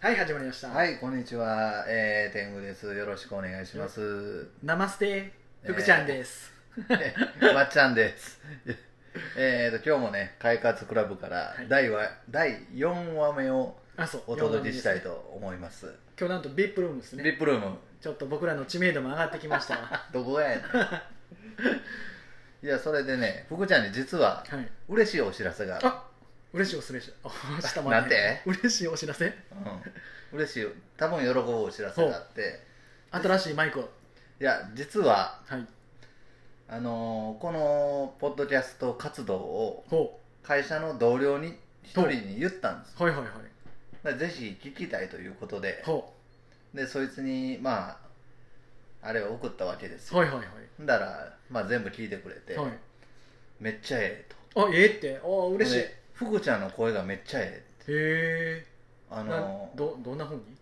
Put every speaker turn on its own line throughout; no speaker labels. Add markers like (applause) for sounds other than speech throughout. はい、始まりました。
はい、こんにちは、えー、天狗です。よろしくお願いします。 (laughs)
ナマステ、福ちゃんです。
まっちゃんです。えーと、今日もね、快活クラブから
はい
第話、第4話目を
あ、そう。
お届けしたい
四度目ですね。
と思います。
今日なんと VIP ルームです
リ
ね。
ップルーム、
ちょっと僕らの知名度も上がってきま
(laughs)
したわ。は。
どこがやねん。いや、それでね、福ちゃんに実はい嬉しいお知らせがある。
あ、嬉しいお知らせ。あ、下
(laughs)
まで。なんて？嬉しいお知らせ。
うん、嬉しい、多分喜ぶお知らせがあって、
新しいマイクを。
いや、実は、
はい。
あのーこのポッドキャスト活動を
ほ
会社の同僚に一人に言ったんです
う。はいはいはい。
だからぜひ聞きたいということで
ほ
でそいつにまああれを送ったわけです
う。
よ
はいはいはい。
だから、まあ、全部聞いてくれて、
はい。
めっちゃええと
あ、ええって。あ、嬉しい。へ
で福ちゃんの声がめっちゃええって
え。
あ
な
の
どどんな風に？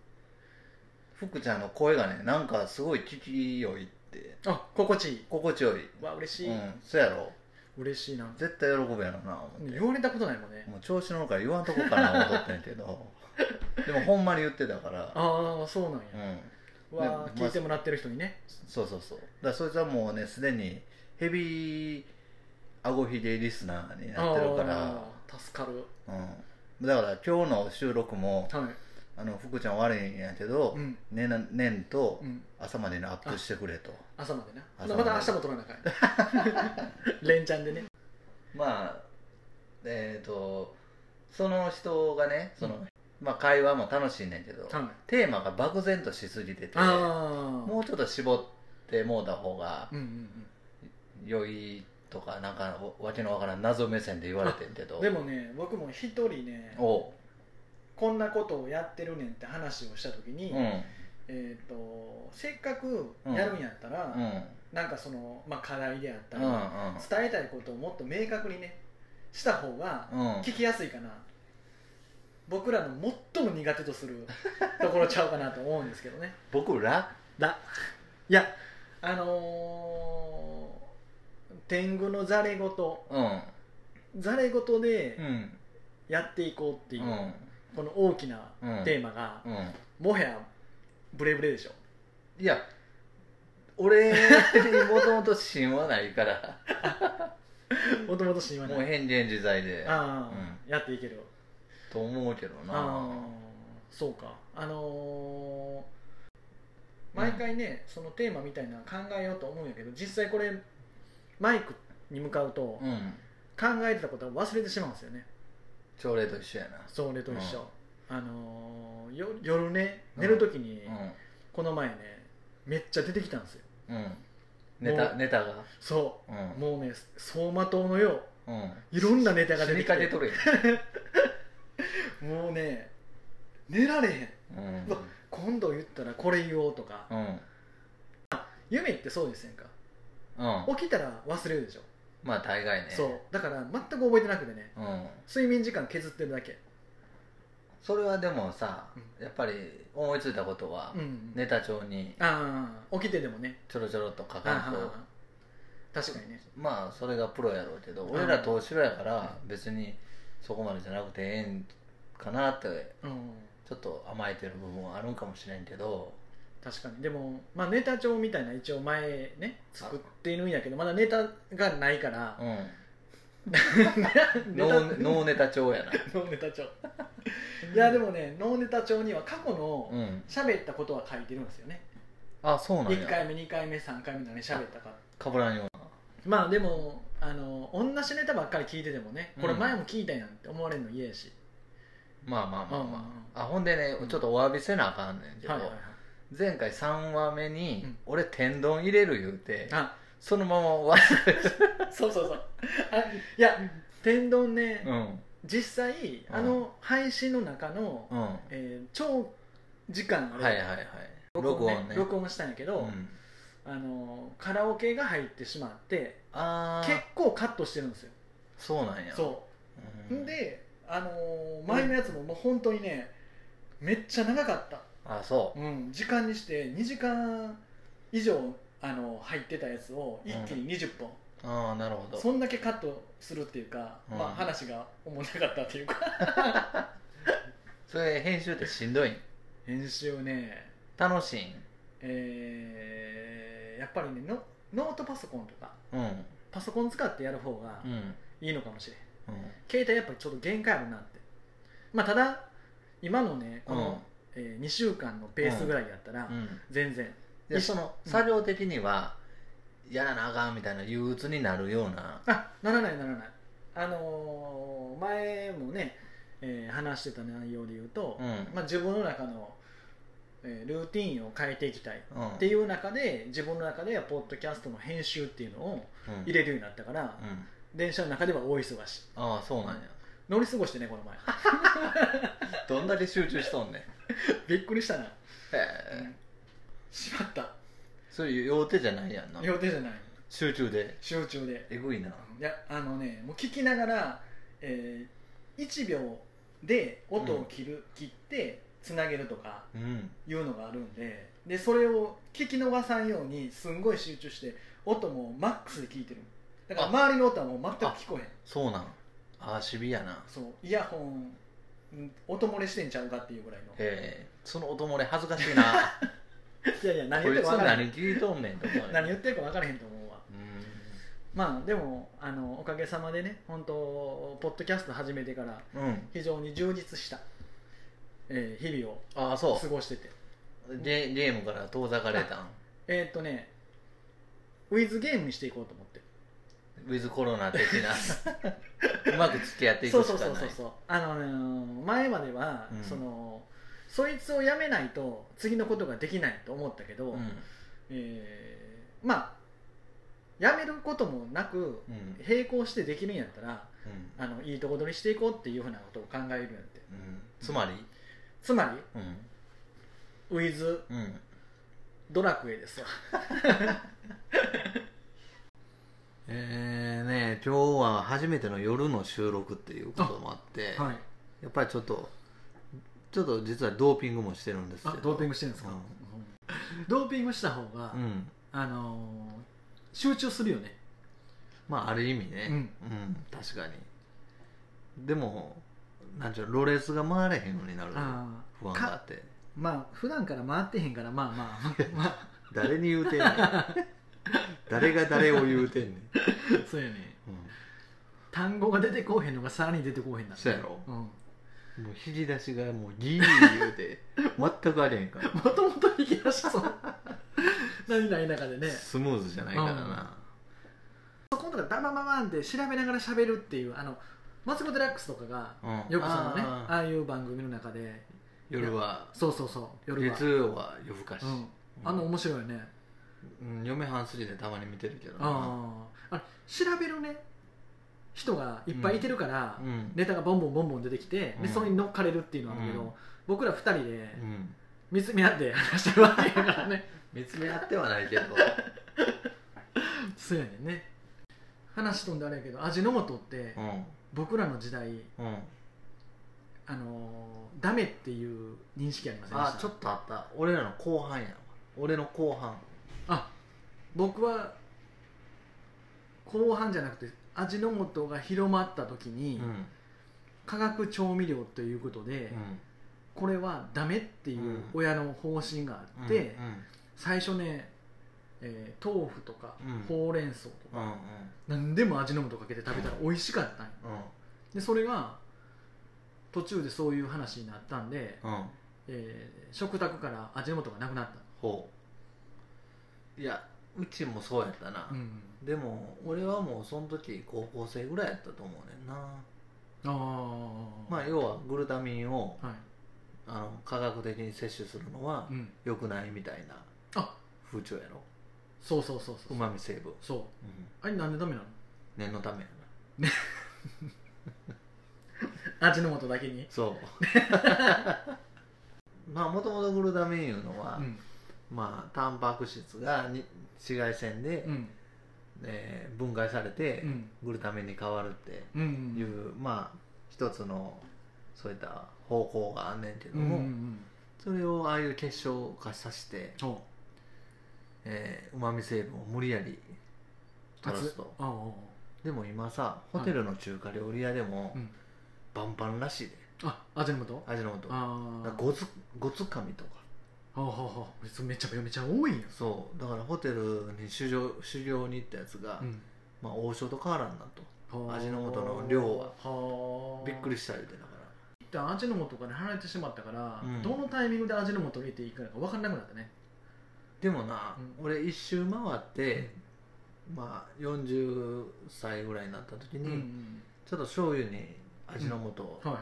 福ちゃんの声がねなんかすごい聞きよいって
あ、心地いい。
心地よい
わ、嬉し
う
い。
んそやろ
嬉しいな。
絶対喜ぶやろな思って
言われたことないもんね。
もう調子乗るから言わんとこかな思っとったんやけ
(laughs)
どでもほんまに言ってたから
ああ、そうなんや。
うん
わあ、
ね
聞いてもらってる人にね。
そうそうそうだからそいつはもうねすでにヘビーアゴヒゲリスナーになってるから、
あー助かる
うん、だから今日の収録も
はい
あの福ちゃん悪いんやけど、
うん、
ねな年と
うん、
朝までにアップしてくれと
朝までな
朝ま
ま
で
た明日も撮らなあかん
(laughs)
連チャンでね
まあえっ、とその人がねその、
う
まあ、会話も楽しいねんけど、
はい
テーマが漠然としすぎてて
ああ
もうちょっと絞ってもうた方が
うんうん
良いとかなんかわけのわからん謎目線で言われてんけ
う
ど
んでもね僕も一人ね
おう
こんなことをやってるねんって話をした時に、
うん
えっ、とせっかくやるんやったら、
うんうん
なんかその、まあ、課題であった
う
り、
ん
伝えたいことをもっと明確にねした方が
うん
聞きやすいかな、僕らの最も苦手とするところちゃうかなと思うんですけどね
僕ら
だいやあのー天狗のざれ言
うん
ざれ言で
うん
やっていこうって
う
いう、
ん
この大きな
うん
テーマが、
うん
もはやブレブレでしょ
いや俺もともと芯はないから
もともと神話
もう
ない
変幻自在で
ああ、やっていける
と思うけど
あ
な
ーそうかあのー毎回ね、そのテーマみたいなの考えようと思うんやけど実際これマイクに向かうと
うん
考えてたことは忘れてしまうんですよね
朝礼と一緒やな
それと一緒、あのーよ夜ね寝る時にこの前ねめっちゃ出てきたんですよ
うんうんネタ
もう
ネタが
そうう、
ん
もうね走馬灯のよ
うん
ういろんなネタが
死
出て
に
きて
かけとる
もうね寝られへん
やんうん
うわ今度言ったらこれ言おうとか
うん
夢ってそうですやんか
うん
起きたら忘れるでしょ、
まあ大概ね
そうだから全く覚えてなくてね
うん
睡眠時間削ってるだけ
それはでもさ
う
やっぱり思いついたことは
うん
ネタ帳に
ああ起きてでもね
ちょろちょろっと書
あ
かんと
あ確かにね
まあそれがプロやろうけど
ん
俺ら投資やから別にそこまでじゃなくてええんかなって
うん
ちょっと甘えてる部分はあるんかもしれんけど
確かにでも、まあ、ネタ帳みたいな一応前ね作っているんやけどまだネタがないから
うん
(laughs) ネタ
ノーノーネタ
(laughs)
帳やな
ノーネタ帳いやでもねノーネタ帳には過去の
うん
喋ったことは書いてるんですよね
あそうなん
1
や
回目2回目3回目何喋ったか
かぶらんよ
まあでもあの同じネタばっかり聞いててもねこれ
うん
前も聞いたやんって思われるの嫌やし、
うなまあまあまあ
うんうん
まああほんでねちょっとお詫びせなあかんねんけど
はいはいはい
前回3話目
う
に
ん
俺天丼入れる言うて
あ
そのまま忘れ
そうそうそうあいや天丼ね、
うん
実際あの配信の中の、
うんは
えー長時間あ
い
れ
はいはい録音ね
録音したんやけど、
うん
あのカラオケが入ってしまって
あ
結
あ
構カットしてるんですよ
そうなんや
そ
うん
うで、あのー前のやつももう本当にねめっちゃ長かった、
あそ
うん、時間にして2時間以上あの入ってたやつを一気に20本、
うああなるほど
そんだけカットするっていうか、
うん
まあ、話が重なかったっていうか
それ編集ってしんどいん
編集ね
楽しいん
えーやっぱりねノノートパソコンとか
うん
パソコン使ってやる方が
うん
いいのかもしれん、
うん
携帯やっぱりちょっと限界あるなってまあただ今のねこ
うん
の、え2週間のペースぐらいやったら、
うん
全然
で
一
その
うん
作業的にはやらなあかんみたいな憂鬱になるような
あならないならないあのー前もね、えー話してた内容で言うと、
うん
まあ、自分の中の、えールーティンを変えていきたいっ
うん
ていう中で自分の中ではポッドキャストの編集っていうのを
うん
入れるようになったから、
うん
電車の中では大忙し
ああそうなんや
乗り過ごしてねこの前
(laughs) どんだけ集中しとんねんへ
びっくりしたな、
え
しまった
それ用手じゃないやんな
両手じゃない
集中で
集中で
えぐいない
やあのねもう聞きながら、えー1秒で音を切る、切ってつなげるとか
うん
いうのがあるんででそれを聞き逃さんようにすんごい集中して音もマックスで聞いてるだから
あ
周りの音はもう全く聞こえへん
そうなんああシビやな
そうイヤホンん音漏れしてんちゃうかっていうぐらいの
へえその音漏れ恥ずかしいな
いやいや (laughs) 何
こ
言っ
い
て
つ
るか分からへん
何聞いとんねんと思う
何言ってるか分からへんと思うわ
うん
まあでもあのおかげさまでね本当ポッドキャスト始めてから
うん
非常に充実した、えー日々を
ああそ
過ごしてて
うゲゲームから遠ざかれたん
えーっとねウィズゲームにしていこうと思って
ウィズコロ
(laughs)
ナ的なうまく付き合ってい
そ
く
う
しか
そう
ない
そうそうそうあのね前までは、
うん
そのそいつをやめないと次のことができないと思ったけど、
うん
えーまあやめることもなく
うんうん
並行してできるんやったらあのいいとこ取りしていこうっていうふうなことを考えるんやって
うんつまり
つまり
うん
ウィズ
うん
ドラクエですわ
えーね今日は初めての夜の収録っていうこともあって
い
やっぱりちょっとちょっと実はドーピングもしてるんですけ
あ (laughs) ド
ど
ーピングしてるんですか、
うん
うんドーピングした方が、
うん
あのー集中するよね
まあある意味ね
うん
うん確かにでもなんちゅうのロレスが回れへんのになる
あ
不安があって
まあ普段から回ってへんからまあまあ (laughs) まあ
誰に言うてん (laughs) ねん誰が誰を言うてんねん、
そうやね
う
単語が出てこうへんのがさらに出てこうへんな
そうやろ
うんも
ん、もう引き出しがもうギーギー言うて (laughs) 全くあれへんから
ともと引き出しそう何々の中でね
スムーズじゃないからな、
そこのとかダバババンって調べながら喋るっていうあのマツコ・デラックスとかが
うん
よくそのね
あ
あ
ー
あいう番組の中で
夜は
そうそうそう夜は、
月曜は夜更かし、
うん、あの面白いよね、
うん、嫁半筋でたまに見てるけどな
あああれ調べるね人がいっぱいいてるから、
うん
ネタがボンボンボンボン出てきて、
うん
でそれに乗っかれるっていうのはあるけど、
うん
僕ら2人で
うん
見つめ合って (laughs) 話してるわけやからね
(laughs) 見つめ合ってはない (laughs) けど
そうやねんね話飛んであれやけど味の素って
うん
僕らの時代、
うん
あのーダメっていう認識ありませんでし
あ
た
ちょっとあった俺らの後半やわ俺の後半
あ僕は後半じゃなくて味の素が広まった時
う
に、
ん
化学調味料ということで、これはダメっていう親の方針があって、
うん
最初ね、えー豆腐とか、
うん
ほうれん草と
う
か、
ん
何でも味の素かけて食べたら美味しかったんよ
う
でそれが途中でそういう話になったんで、
んうん
えー食卓から味の素がなくなっ
ほういやうちもそうやったな
た、、うん、
でも俺はもうその時高校生ぐらいやったと思うねんな
ああ
まあ要はグルタミンを
はい、
あの科学的に摂取するのは
うん、
良くないみたいな
あ
風潮やろ
そうそうそうそう
うまみ成分、
そうあれなんでダメなの
念のためやな
味の素だけに、 (laughs)
そうまあもともとグルタミンいうのは、
うん
まあタンパク質がに紫外線で、
うん
えー分解されて、
うん
グルタミンに変わるって
うんう
い
ん
う、まあ一つのそういった方向があんねんけど
うんうんう
も、
ん
それをああいう結晶化させて
そう
うまみ成分を無理やり取らすと
ああああ
でも今さホテルの中華料理屋でも、
うん
バンバンらしいで
あ味の素
味の素
あ
だから
あ
ごつごつかみとか
はあはあはあそれめちゃめちゃ多いやん
そうだからホテルに修行修行に行ったやつが、
うん
まあ、王将と変わらんなと
はあ
味の素の量は
はあ
びっく
り
りした言うてだから
味の素から離れてしまったから、
うん
どのタイミングで味の素を入れていいかが分からなくなったね
でもな、
う
俺一周回って、まあ40歳ぐらいになった時
うん
に、
うん
ちょっと醤油に味の素を
はいは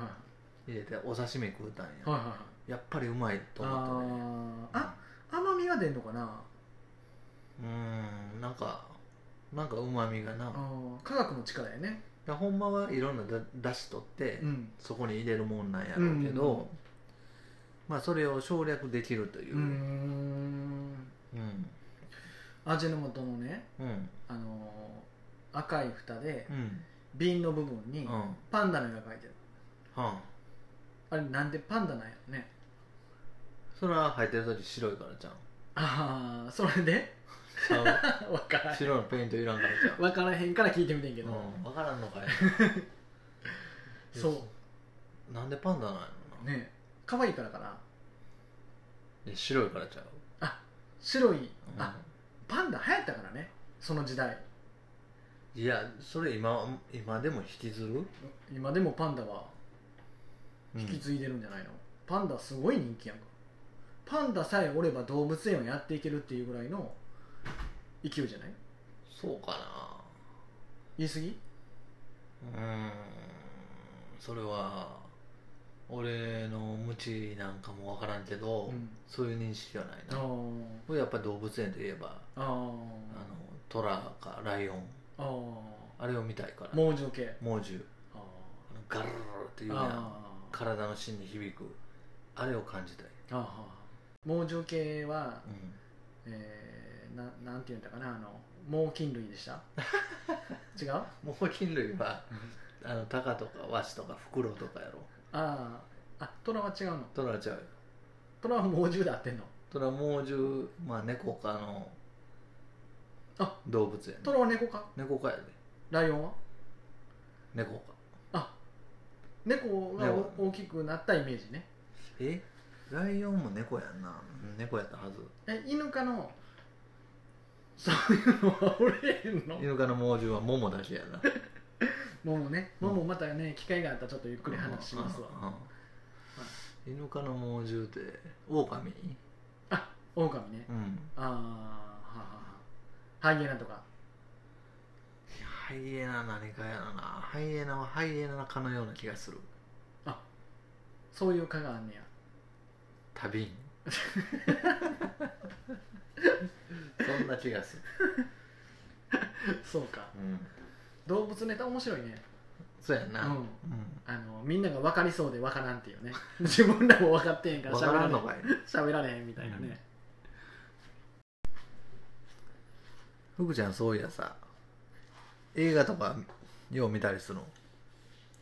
い
入れてお刺身食うたんや、
はいはいはい
やっぱりうまいと思ったね
あーあ甘みが出んのかな
うーんなんかなんかうまみがな、い
あー科学の力やね
やほんまはいろんなだだし取って、
うん
そこに入れるもんなんやろうけど、
うん
まあそれを省略できるという
うーん
うん
味の素のね
うん
あのー赤い蓋で
うん
瓶の部分
う
に
んは
パンダの絵が描いてる
あ
あれなんでパンダなんやろね
それは入ってる時白いからじゃん
ああそれで (laughs)
ちゃう
わからへ
白のペイントいらんからじゃ
んわからへんから聞いてみてんけど、
ん、うん、分からんのかい
そ
なんでパンダなんやろ
う
な、
ね可愛いからかない
や白いからちゃう、
白い、
うん
あパンダ流行ったからねその時代
いやそれ今今でも引きずる、
今でもパンダは
うん
引き継いでるんじゃないの、パンダすごい人気やんかパンダさえおれば動物園をやっていけるっていうぐらいの勢いじゃない
そうか
言い過ぎ
なうーんそれは俺の無知なんかも分からんけど、
うん
そういう認識はない
あ
な
ー
俺やっぱり動物園といえば
あー
あのトラかライオン
あー
あれを見たいから
猛獣系
猛獣
あ
あのガルルルルっていう
ー
やん
あー
体の芯に響くあれを感じたい、
あー猛獣系は
う、ん
えー、ななんていうんだかなあの猛禽類でした
(laughs)
違う
猛禽類はあのタカとかワシとかフクロウとかやろ
あーあトラは違うの
トラちゃうよ
トラは猛獣で合ってんの
トラ猛獣まあ猫科の
あ
動物やね
トラは猫か
猫科やで
ライオンは
猫科
あ猫がお大きくなったイメージね
えライオンも猫やんなうん猫やったはず
え犬科のそういうのはおれへんの
犬科の猛獣はモモだけや
(laughs)
な
もうね
うん
もうまたね機会があったらちょっとゆっくり話しますわ
うんうん犬科の猛獣ってオオカミ
あオオカミね
うん
あーはあはあハイエナとか
ハイエナ何かやらなハイエナはハイエナかのような気がする
そういう科があんねや
(laughs) 多
(laughs)
瓶そんな気がする、
そうか
うん、
動物ネタ面白いね
そうや
う
な、
ん
うん
あのみんなが分かりそうで分からんっていうね (laughs) 自分らも分かってへんから
わ
喋
から
られ
ん
へ
の
ん
かい
喋られへんみたいなね、
うん福ちゃんそういやさ映画とかよう見たりするの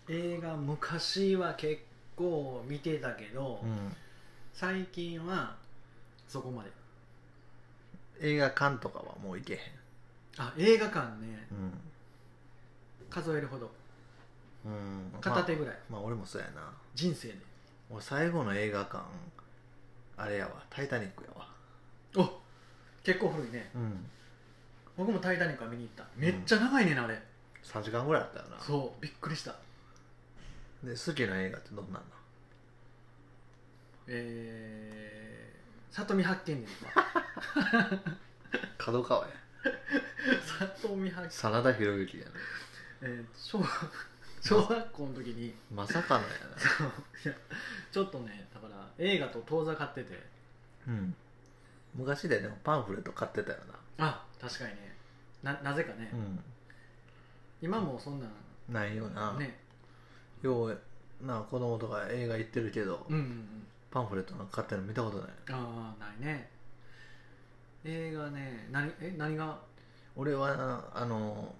映画昔は結構見てたけど、
うん
最近はそこまで
映画館とかはもう行けへん、
あ映画館ね
う
数えるほど
んうん、
片手ぐらい、
まあ、まあ俺もそうやな
人生で
俺最後の映画館あれやわ「タイタニック」やわ
お結構古いね
うん
僕も「タイタニック」は見に行っためっちゃ長いねんなあれ、
3時間ぐらいあったよな
そうびっくりした
で好きな映画ってどんなんだ
えー、里見八犬伝
(laughs)
か
角川や
里見八犬
真田広之やな
えー小小学校の時に
まさかのや
そういやちょっとねだから映画と遠ざかってて
なうん昔ででもパンフレット買ってたよな
あ確かにねななぜかね、
ん
今もそんなん
ないよな、
ね
ような子供とか映画行ってるけど、
うんうんうん
パンフレットなんか買ってるの見たことない
ああないね映画ね何え何が
俺はあの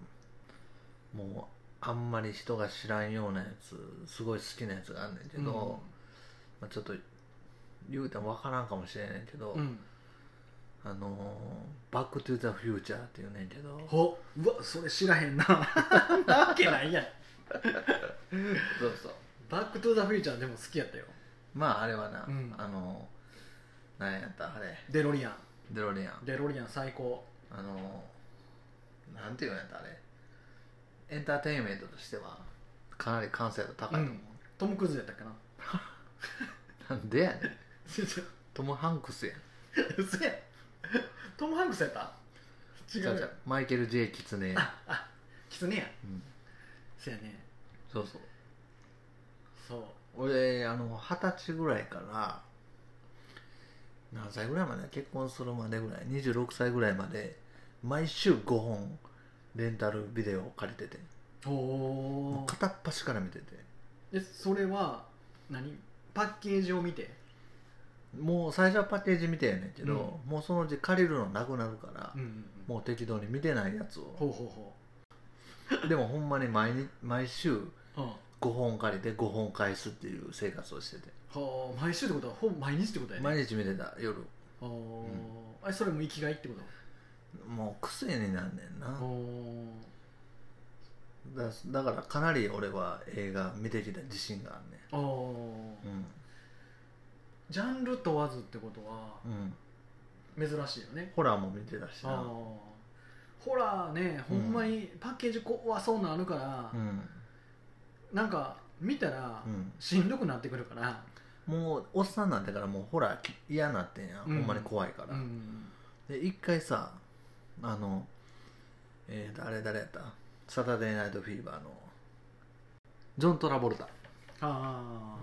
もうあんまり人が知らんようなやつすごい好きなやつがあんねんけど、まあ、ちょっと言うても分からんかもしれんねんけど、
うん、うん、
あの「バック・トゥ・ザ・フューチャー」っていうねんけど
ほ
(laughs)
うわそれ知らへんななわけないやん
そうそう
バック・トゥ・ザ・フューチャーでも好きやったよ
まああれはな、
うん
あの何やったあれ
デロリアン
デロリアン
デロリアン最高
あのなんていうんやったあれエンターテインメントとしてはかなり完成度高いと思う、
トム・クルーズやったっけな (laughs)
なんでやねん
嘘
トム・ハンクスやん
やトム・ハンクスやった違う
じゃあじゃあマイケル・ J ・キツネやん、
ああキツネや
うん、
そやね
そうそう
そう
俺あの二十歳ぐらいから何歳ぐらいまで結婚するまでぐらい26歳ぐらいまで毎週5本レンタルビデオを借りてても
お
う片っ端から見てて
えそれは何パッケージを見て
もう最初はパッケージ見てやねんけど、もうそのうち借りるのなくなるから、
んんうん
もう適当に見てないやつ
ほ
を
うほうほ
でもほんまに毎日毎週
ううん
5本借りて5本返すっていう生活をしてて
はあ毎週ってことはほぼ毎日ってことやね
毎日見てた夜
おあそれも生きがいってこと
もう癖になんねんな、
お
だだからかなり俺は映画見てきた自信があ
ーおー
るね
ジャンル問わずってことは
うん、うん、
珍しいよね
ホラーも見てたし
あ
な
ーホラーねほんまにパッケージ怖そうなのあるから
う、ん、
なんか見たら
うん、
しんどくなってくるから、
もうおっさんになってからもうホラーき嫌になってんや、
うん
ほんまに怖いから、
うん
で一回さあのえー、とあれ誰やったサタデーナイトフィーバーのジョン・トラボルタ
あ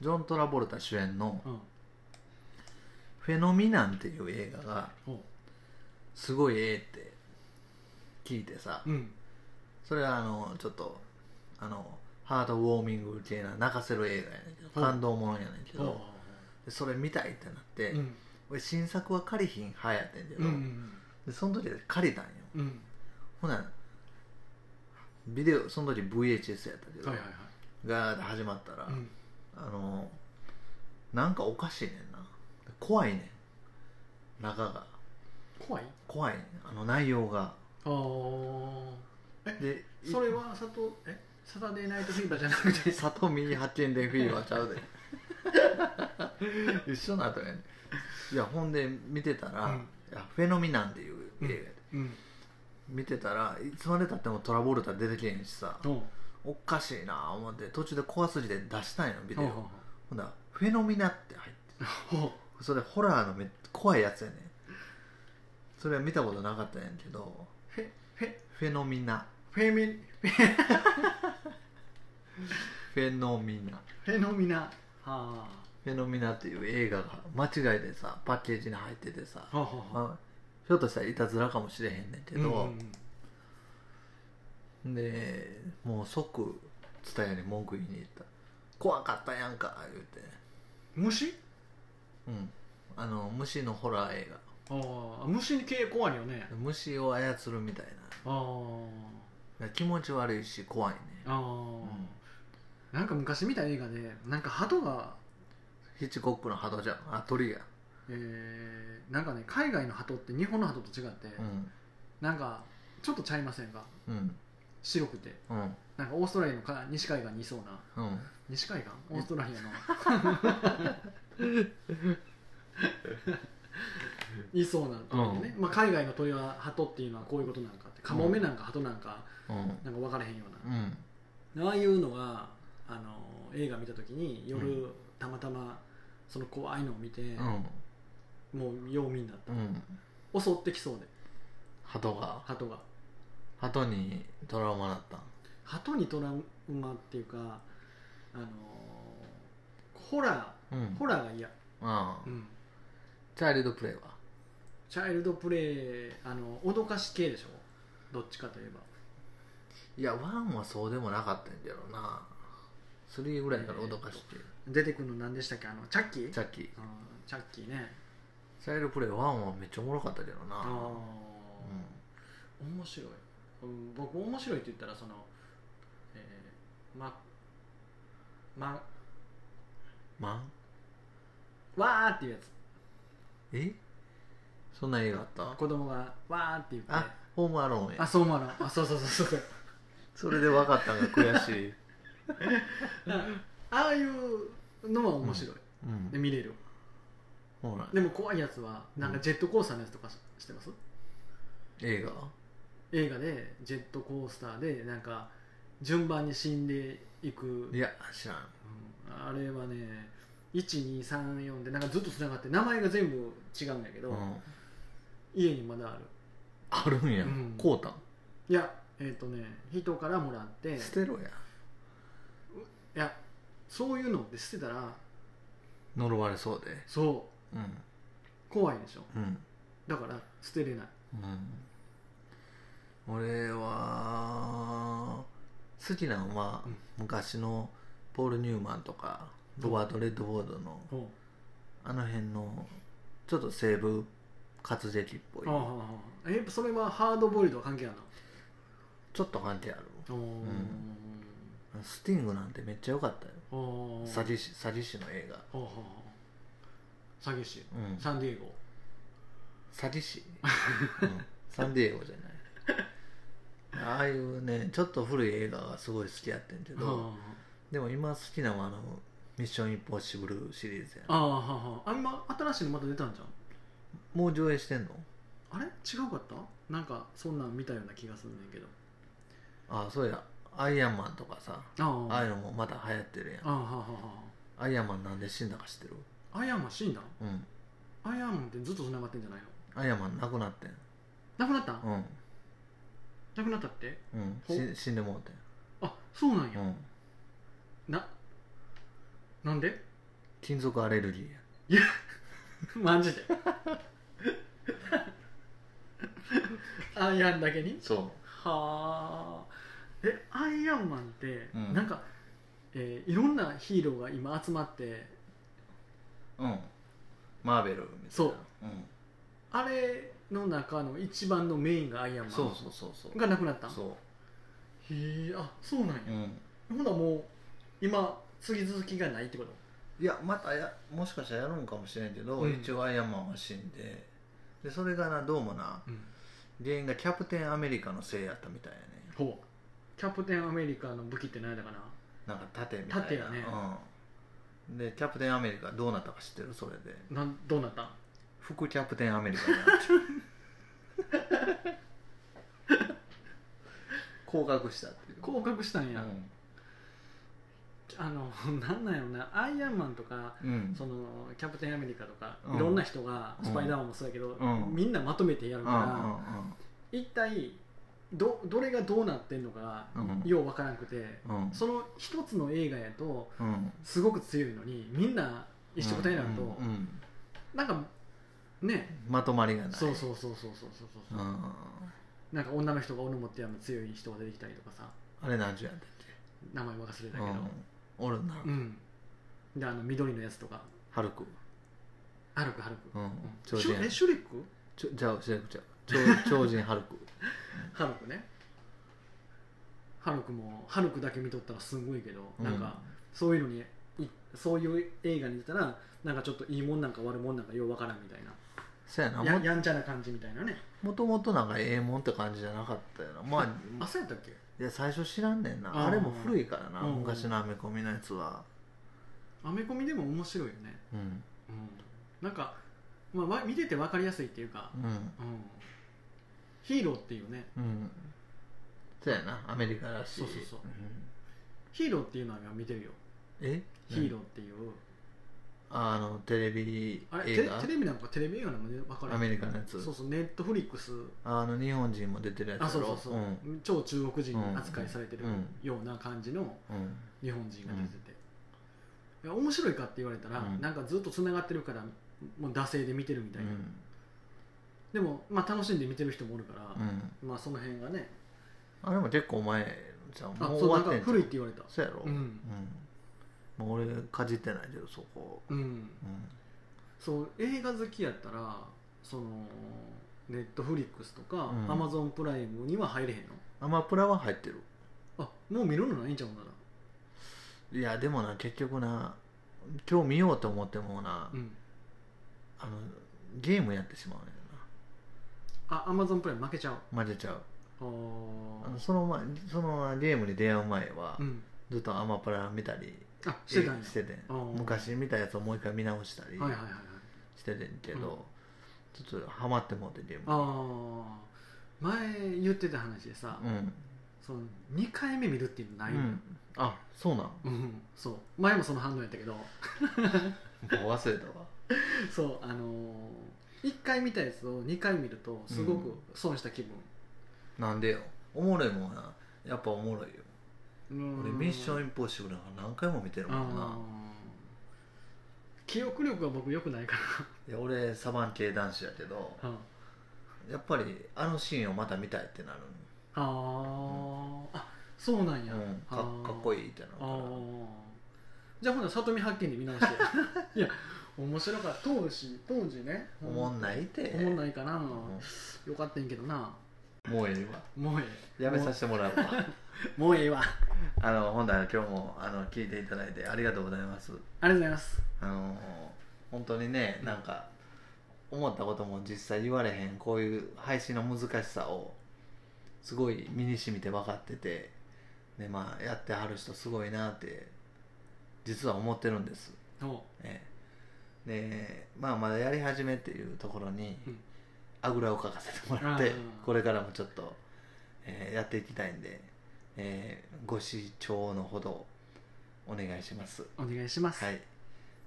ジョン・トラボルタ主演の
あ、うん
「フェノミナン」っていう映画が
ほ
すごいええって聞いてさ、
ううん
それはあのちょっとあのハートウォーミング系な泣かせる映画やねんけど
はい
感動ものやねんけど、
ほ
でそれ見たいってなって、
ううん
俺新作は借りひん派やってんけど、
うんうん
でその時借りたんよ
うん
ほなビデオその時 VHS やったけ
うん
ど、
はいはいはい
ガーッて始まったら、
うん
あのなんかおかしいねんな怖いねん中が
怖い
怖いねんあの内容が
ああ
で
それは佐藤えサタデーナイトフィーバーじゃなくて
里見八軒でフ (laughs) ィーバーちゃうで一緒なとやねいやほんで見てたら、
うん
いやフェノミナンっていう映画やで
うん
見てたらいつまでたってもトラボルタ出てけへんしさ
ほ
おかしいな思って途中で怖すぎて出したんやビ
う
デオ
ほう
ほんだらフェノミナって入って
ほう
それホラーのめ怖いやつやねんそれは見たことなかったんやけど
フェフェ
フェノミナ
フェミ
フェノミナ
フェノミナは
フェノミナっていう映画が間違いでさパッケージに入っててさ
あはあはあ
まあ、ひょっとしたらいたずらかもしれへんねんけど、でもう即蔦屋に文句言いに行った「怖かったやんか」言うて
虫
うんあの虫のホラー映
ああ虫系怖いよね
画虫を操るみたい
ああ
な気持ち悪いし怖いね
ああなんか昔見た映画でなんか鳩が
ヒッチコックの鳩じゃんあ鳥や
えーなんかね海外の鳩って日本の鳩と違って
うん
なんかちょっとちゃいませんか
うん
白くて
うん
なんかオーストラリアのか西海岸にいそうな
うん
西海岸オーストラリアの (laughs) いそうな鳥でね、まあ、海外の鳥は鳩っていうのはこういうことなんかってカモメなんか鳩なんか
うん
なんか分からへんよ
う
うんな、ああいうのがあの映画見た時に夜、
う
たまたまその怖いのを見て、
うん
もうよう見んだっ
うん
た襲ってきそうで
鳩が
鳩が
鳩にトラウマだったん
鳩にトラウマっていうかあのホラ
うん
ーホラーが嫌、
ああ
うん、
チャイルドプレイは
チャイルドプレイあの脅かし系でしょどっちかといえば
いや、ワンはそうでもなかったんやけどな。スリーぐらいから脅かして、
出てくるの何でしたっけあのチャッキー
チャッキー。
あーチャッキーね
チャイルドプレイワンはめっちゃおもろかったけど
あ
な。
ー面白い、うん、僕面白いって言ったらその、えー、まま
マン
わーっていうやつ
えそんな映画あった
子供がわーって言って
あ、ホームアローン
あ
や。
そう思わなあそうそうそうそう
それで分かったんが悔しい。
(laughs) ああいうのは面白い、
うん
で見れる
ほら
でも怖いやつはなんかジェットコースターのやつとかし知ってます
映画
映画でジェットコースターでなんか順番に死んでいく
いや知らん
うんあれはね1234でなんかずっとつながって名前が全部違うんだけど、
うん
家にまだある
あるんや
うん
こうたん
いやえっ、とね人からもらってい
捨てろや
やそういうのって捨てたら
呪われそうで
そ
うん
う怖いでしょ
うん
だから捨てれない
うん、俺は好きなのは、
うん
昔のポール・ニューマンとかロバート・レッドフォードの
ほ
あの辺のちょっと西部活劇っぽ
う
い
ああああああえそれはハードボイルドは関係ある
ちょっと関係ある
のお
スティングなんてめっちゃ良かったよ
ーおー
詐欺師詐欺師の映画、
ほうほうほう詐欺師
うん、
サンディエゴ
詐
(laughs)
欺師、うん、サンディエゴじゃないああいうねちょっと古い映画がすごい好きやってんけど、
あ
でも今好きなのはあの「ミッション・インポッシブル」シリーズや
あああははあんま新しいのまた出たんじゃん
もう上映してんの
あれ違うかったなんかそんなん見たような気がするんだけど
あそうやアイアンマンとかさ
あ
あ
あ
あ
あ
いうのもまた流行ってるやん
あはは
アイアンマンなんで死んだか知ってる
はアイアンマン死んだ
うん
アイアンマンってずっと繋がってんじゃないの
アイアンマンなくなってん
なくなった、
うん
なくなったってほ
うんし死んでもうて
あそうなん
ん
や、
うん
ななんで (laughs)
金属アレルギーや
マジ
(laughs)
でアイアンだけに
そ
はあえアイアンマンって、
うん
なんか、えーいろんなヒーローが今集まって
ううんマーベルみたいな
そう、
ん、
あれの中の一番のメインがアイアンマン
そうそうそうそう
がなくなったん
そ
へえあそうなんや、
う、うん、
ほんならもう今次続きがないってこと
いやまたやもしかしたらやるんかもしれんけど、
うん
一応アイアンマンは死んででそれがなどうもな
うん
原因がキャプテンアメリカのせいやったみたいやね
ほうキャプテンアメリカの武器って何だかな
なんか盾みたいな
盾やね
うん、でキャプテンアメリカどうなったか知ってるそれで
なんどうなったん
副キャプテンアメリカになってる
(laughs)
降格したっていう
降格したんや、あの (laughs) なんなんやろなアイアンマンとか
うん、うん
そのキャプテンアメリカとか、
うん
いろんな人が
うん
スパイダーマンもそうやけど、
うん
みんなまとめてやる
うん
か
う
ら、
ん
一体どどれがどうなってんのか
うん
ようわからなくて、
うん
その一つの映画やと
うん
すごく強いのにみんな一緒くたになると、
うんうん
なんかね
まとまりがない
そうそうそうそうそうそうそうう、
ん
なんか女の人が斧持ってやるの強い人が出てきたりとかさ
あれ何十やったっ
名前忘れたけ
け
ど
うんおるな、
うん、であの緑のやつとか
ハルク
ハルクハル
う
ク、
ん
シ
超人
ュえシュレック
ちょじゃあじゃあじゃあ超超人ハルク
ハルクねハルクもハルクだけ見とったらすごいけど、なんかそういうのにいそういう映画に出たらなんかちょっといいもんなんか悪いもんなんかようわからんみたいな
そうやな
や
も
やんちゃな感じみたいなね
もともとなんかええもんって感じじゃなかったよなま
あ
あ
そうやったっけ
いや最初知らんねん
あー
なあれも古いからな
うん
昔のアメコミのやつは
アメコミでも面白いよね、
うん
うん、なんか、まあわ、見ててわかりやすいっていうか、
うん
うん、ヒーローっていうね
うんそうやなアメリカらしい
そうそうそうんヒーローっていうのは見てるよ
え
ヒーローっていう、
あのテレビ
あれテ
映
レ
画
テレビなんかテレビ映画なんかね分から
アメリカのやつ
そうそうネットフリックス
あの日本人も出てるやつ
あ
や
そうそ
ろ
うそう、
うん
超中国人扱いされてる
うん
ような感じの
うん
日本人が出てて、いや面白いかって言われたら、
うん
なんかずっとつながってるからもう惰性で見てるみた
う
いな、
ん
でも、まあ、楽しんで見てる人もおるから、
うん
まあその辺がね
あれも結構前じゃん
あ
もう終
そう
わ
なんか
ってんじゃん
古いって言われた
そうやろ
うん
うんもう俺かじってないけどそこ
うん
うん
そう映画好きやったらそのネットフリックスとか
うん
アマゾンプライムには入れへんの
アマプラは入ってる
あもう見るのないんちゃうんだない
やでもな結局な今日見ようと思ってもな、
うん
あのゲームやってしまうねん
あアマゾンプライム負けちゃう
な混ぜちゃう
あー
あのその前そのゲームに出会う前は、
うん
ずっとアマプラ見たり
あしてたんや
してて
あー
昔見たやつをもう一回見直したり
はいはいはいはい
しててんけ
うん
ど、ちょっとハマってもうてゲームに
ああ前言ってた話でさ、
うん
その2回目見るっていうのないのよ、
うんあそうなん
うん、そう前もその反応やったけど
もう忘れたわ (laughs)
そうあのー、1回見たやつを2回見るとすごく損した気分、
なんでよおもろいもんなやっぱおもろいよ
うん
俺ミッションインポッシブルなんか何回も見てるもん
あ
な
ー記憶力が僕良くないか
いや俺サバン系男子やけど
ら (laughs) あ
やっぱりあのシーンをまた見たいってなる
あーあそうなんや、
の、うん、かかっこ
いい
いいってなるか
あ
ら
ーじゃあほな里見発見で見直して
(laughs)
いや面白かった当時当時ね
おもんないて
おもんないかな、
う
よかったんやけどなん
もうええわ
もうええ
やめさせてもらうわ
もうええわ
あの本題は今日もあの聞いていただいてありがとうございます
ありがとうございます
あのー本当にねなんか思ったことも実際言われへんこういう配信の難しさをすごい身にしみて分かっててでまあやってはる人すごいなって実は思ってるんです、
おう
ええでまあまだやり始めっていうところに
うん
あぐらをかかせてもらって、
あー
これからもちょっと、えーやっていきたいんで、えーご視聴のほどお願いします
お願いします、
はい。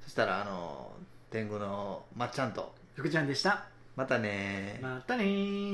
そしたら、あの、天狗のまっちゃんと、
福ちゃんでした
またねー
またねー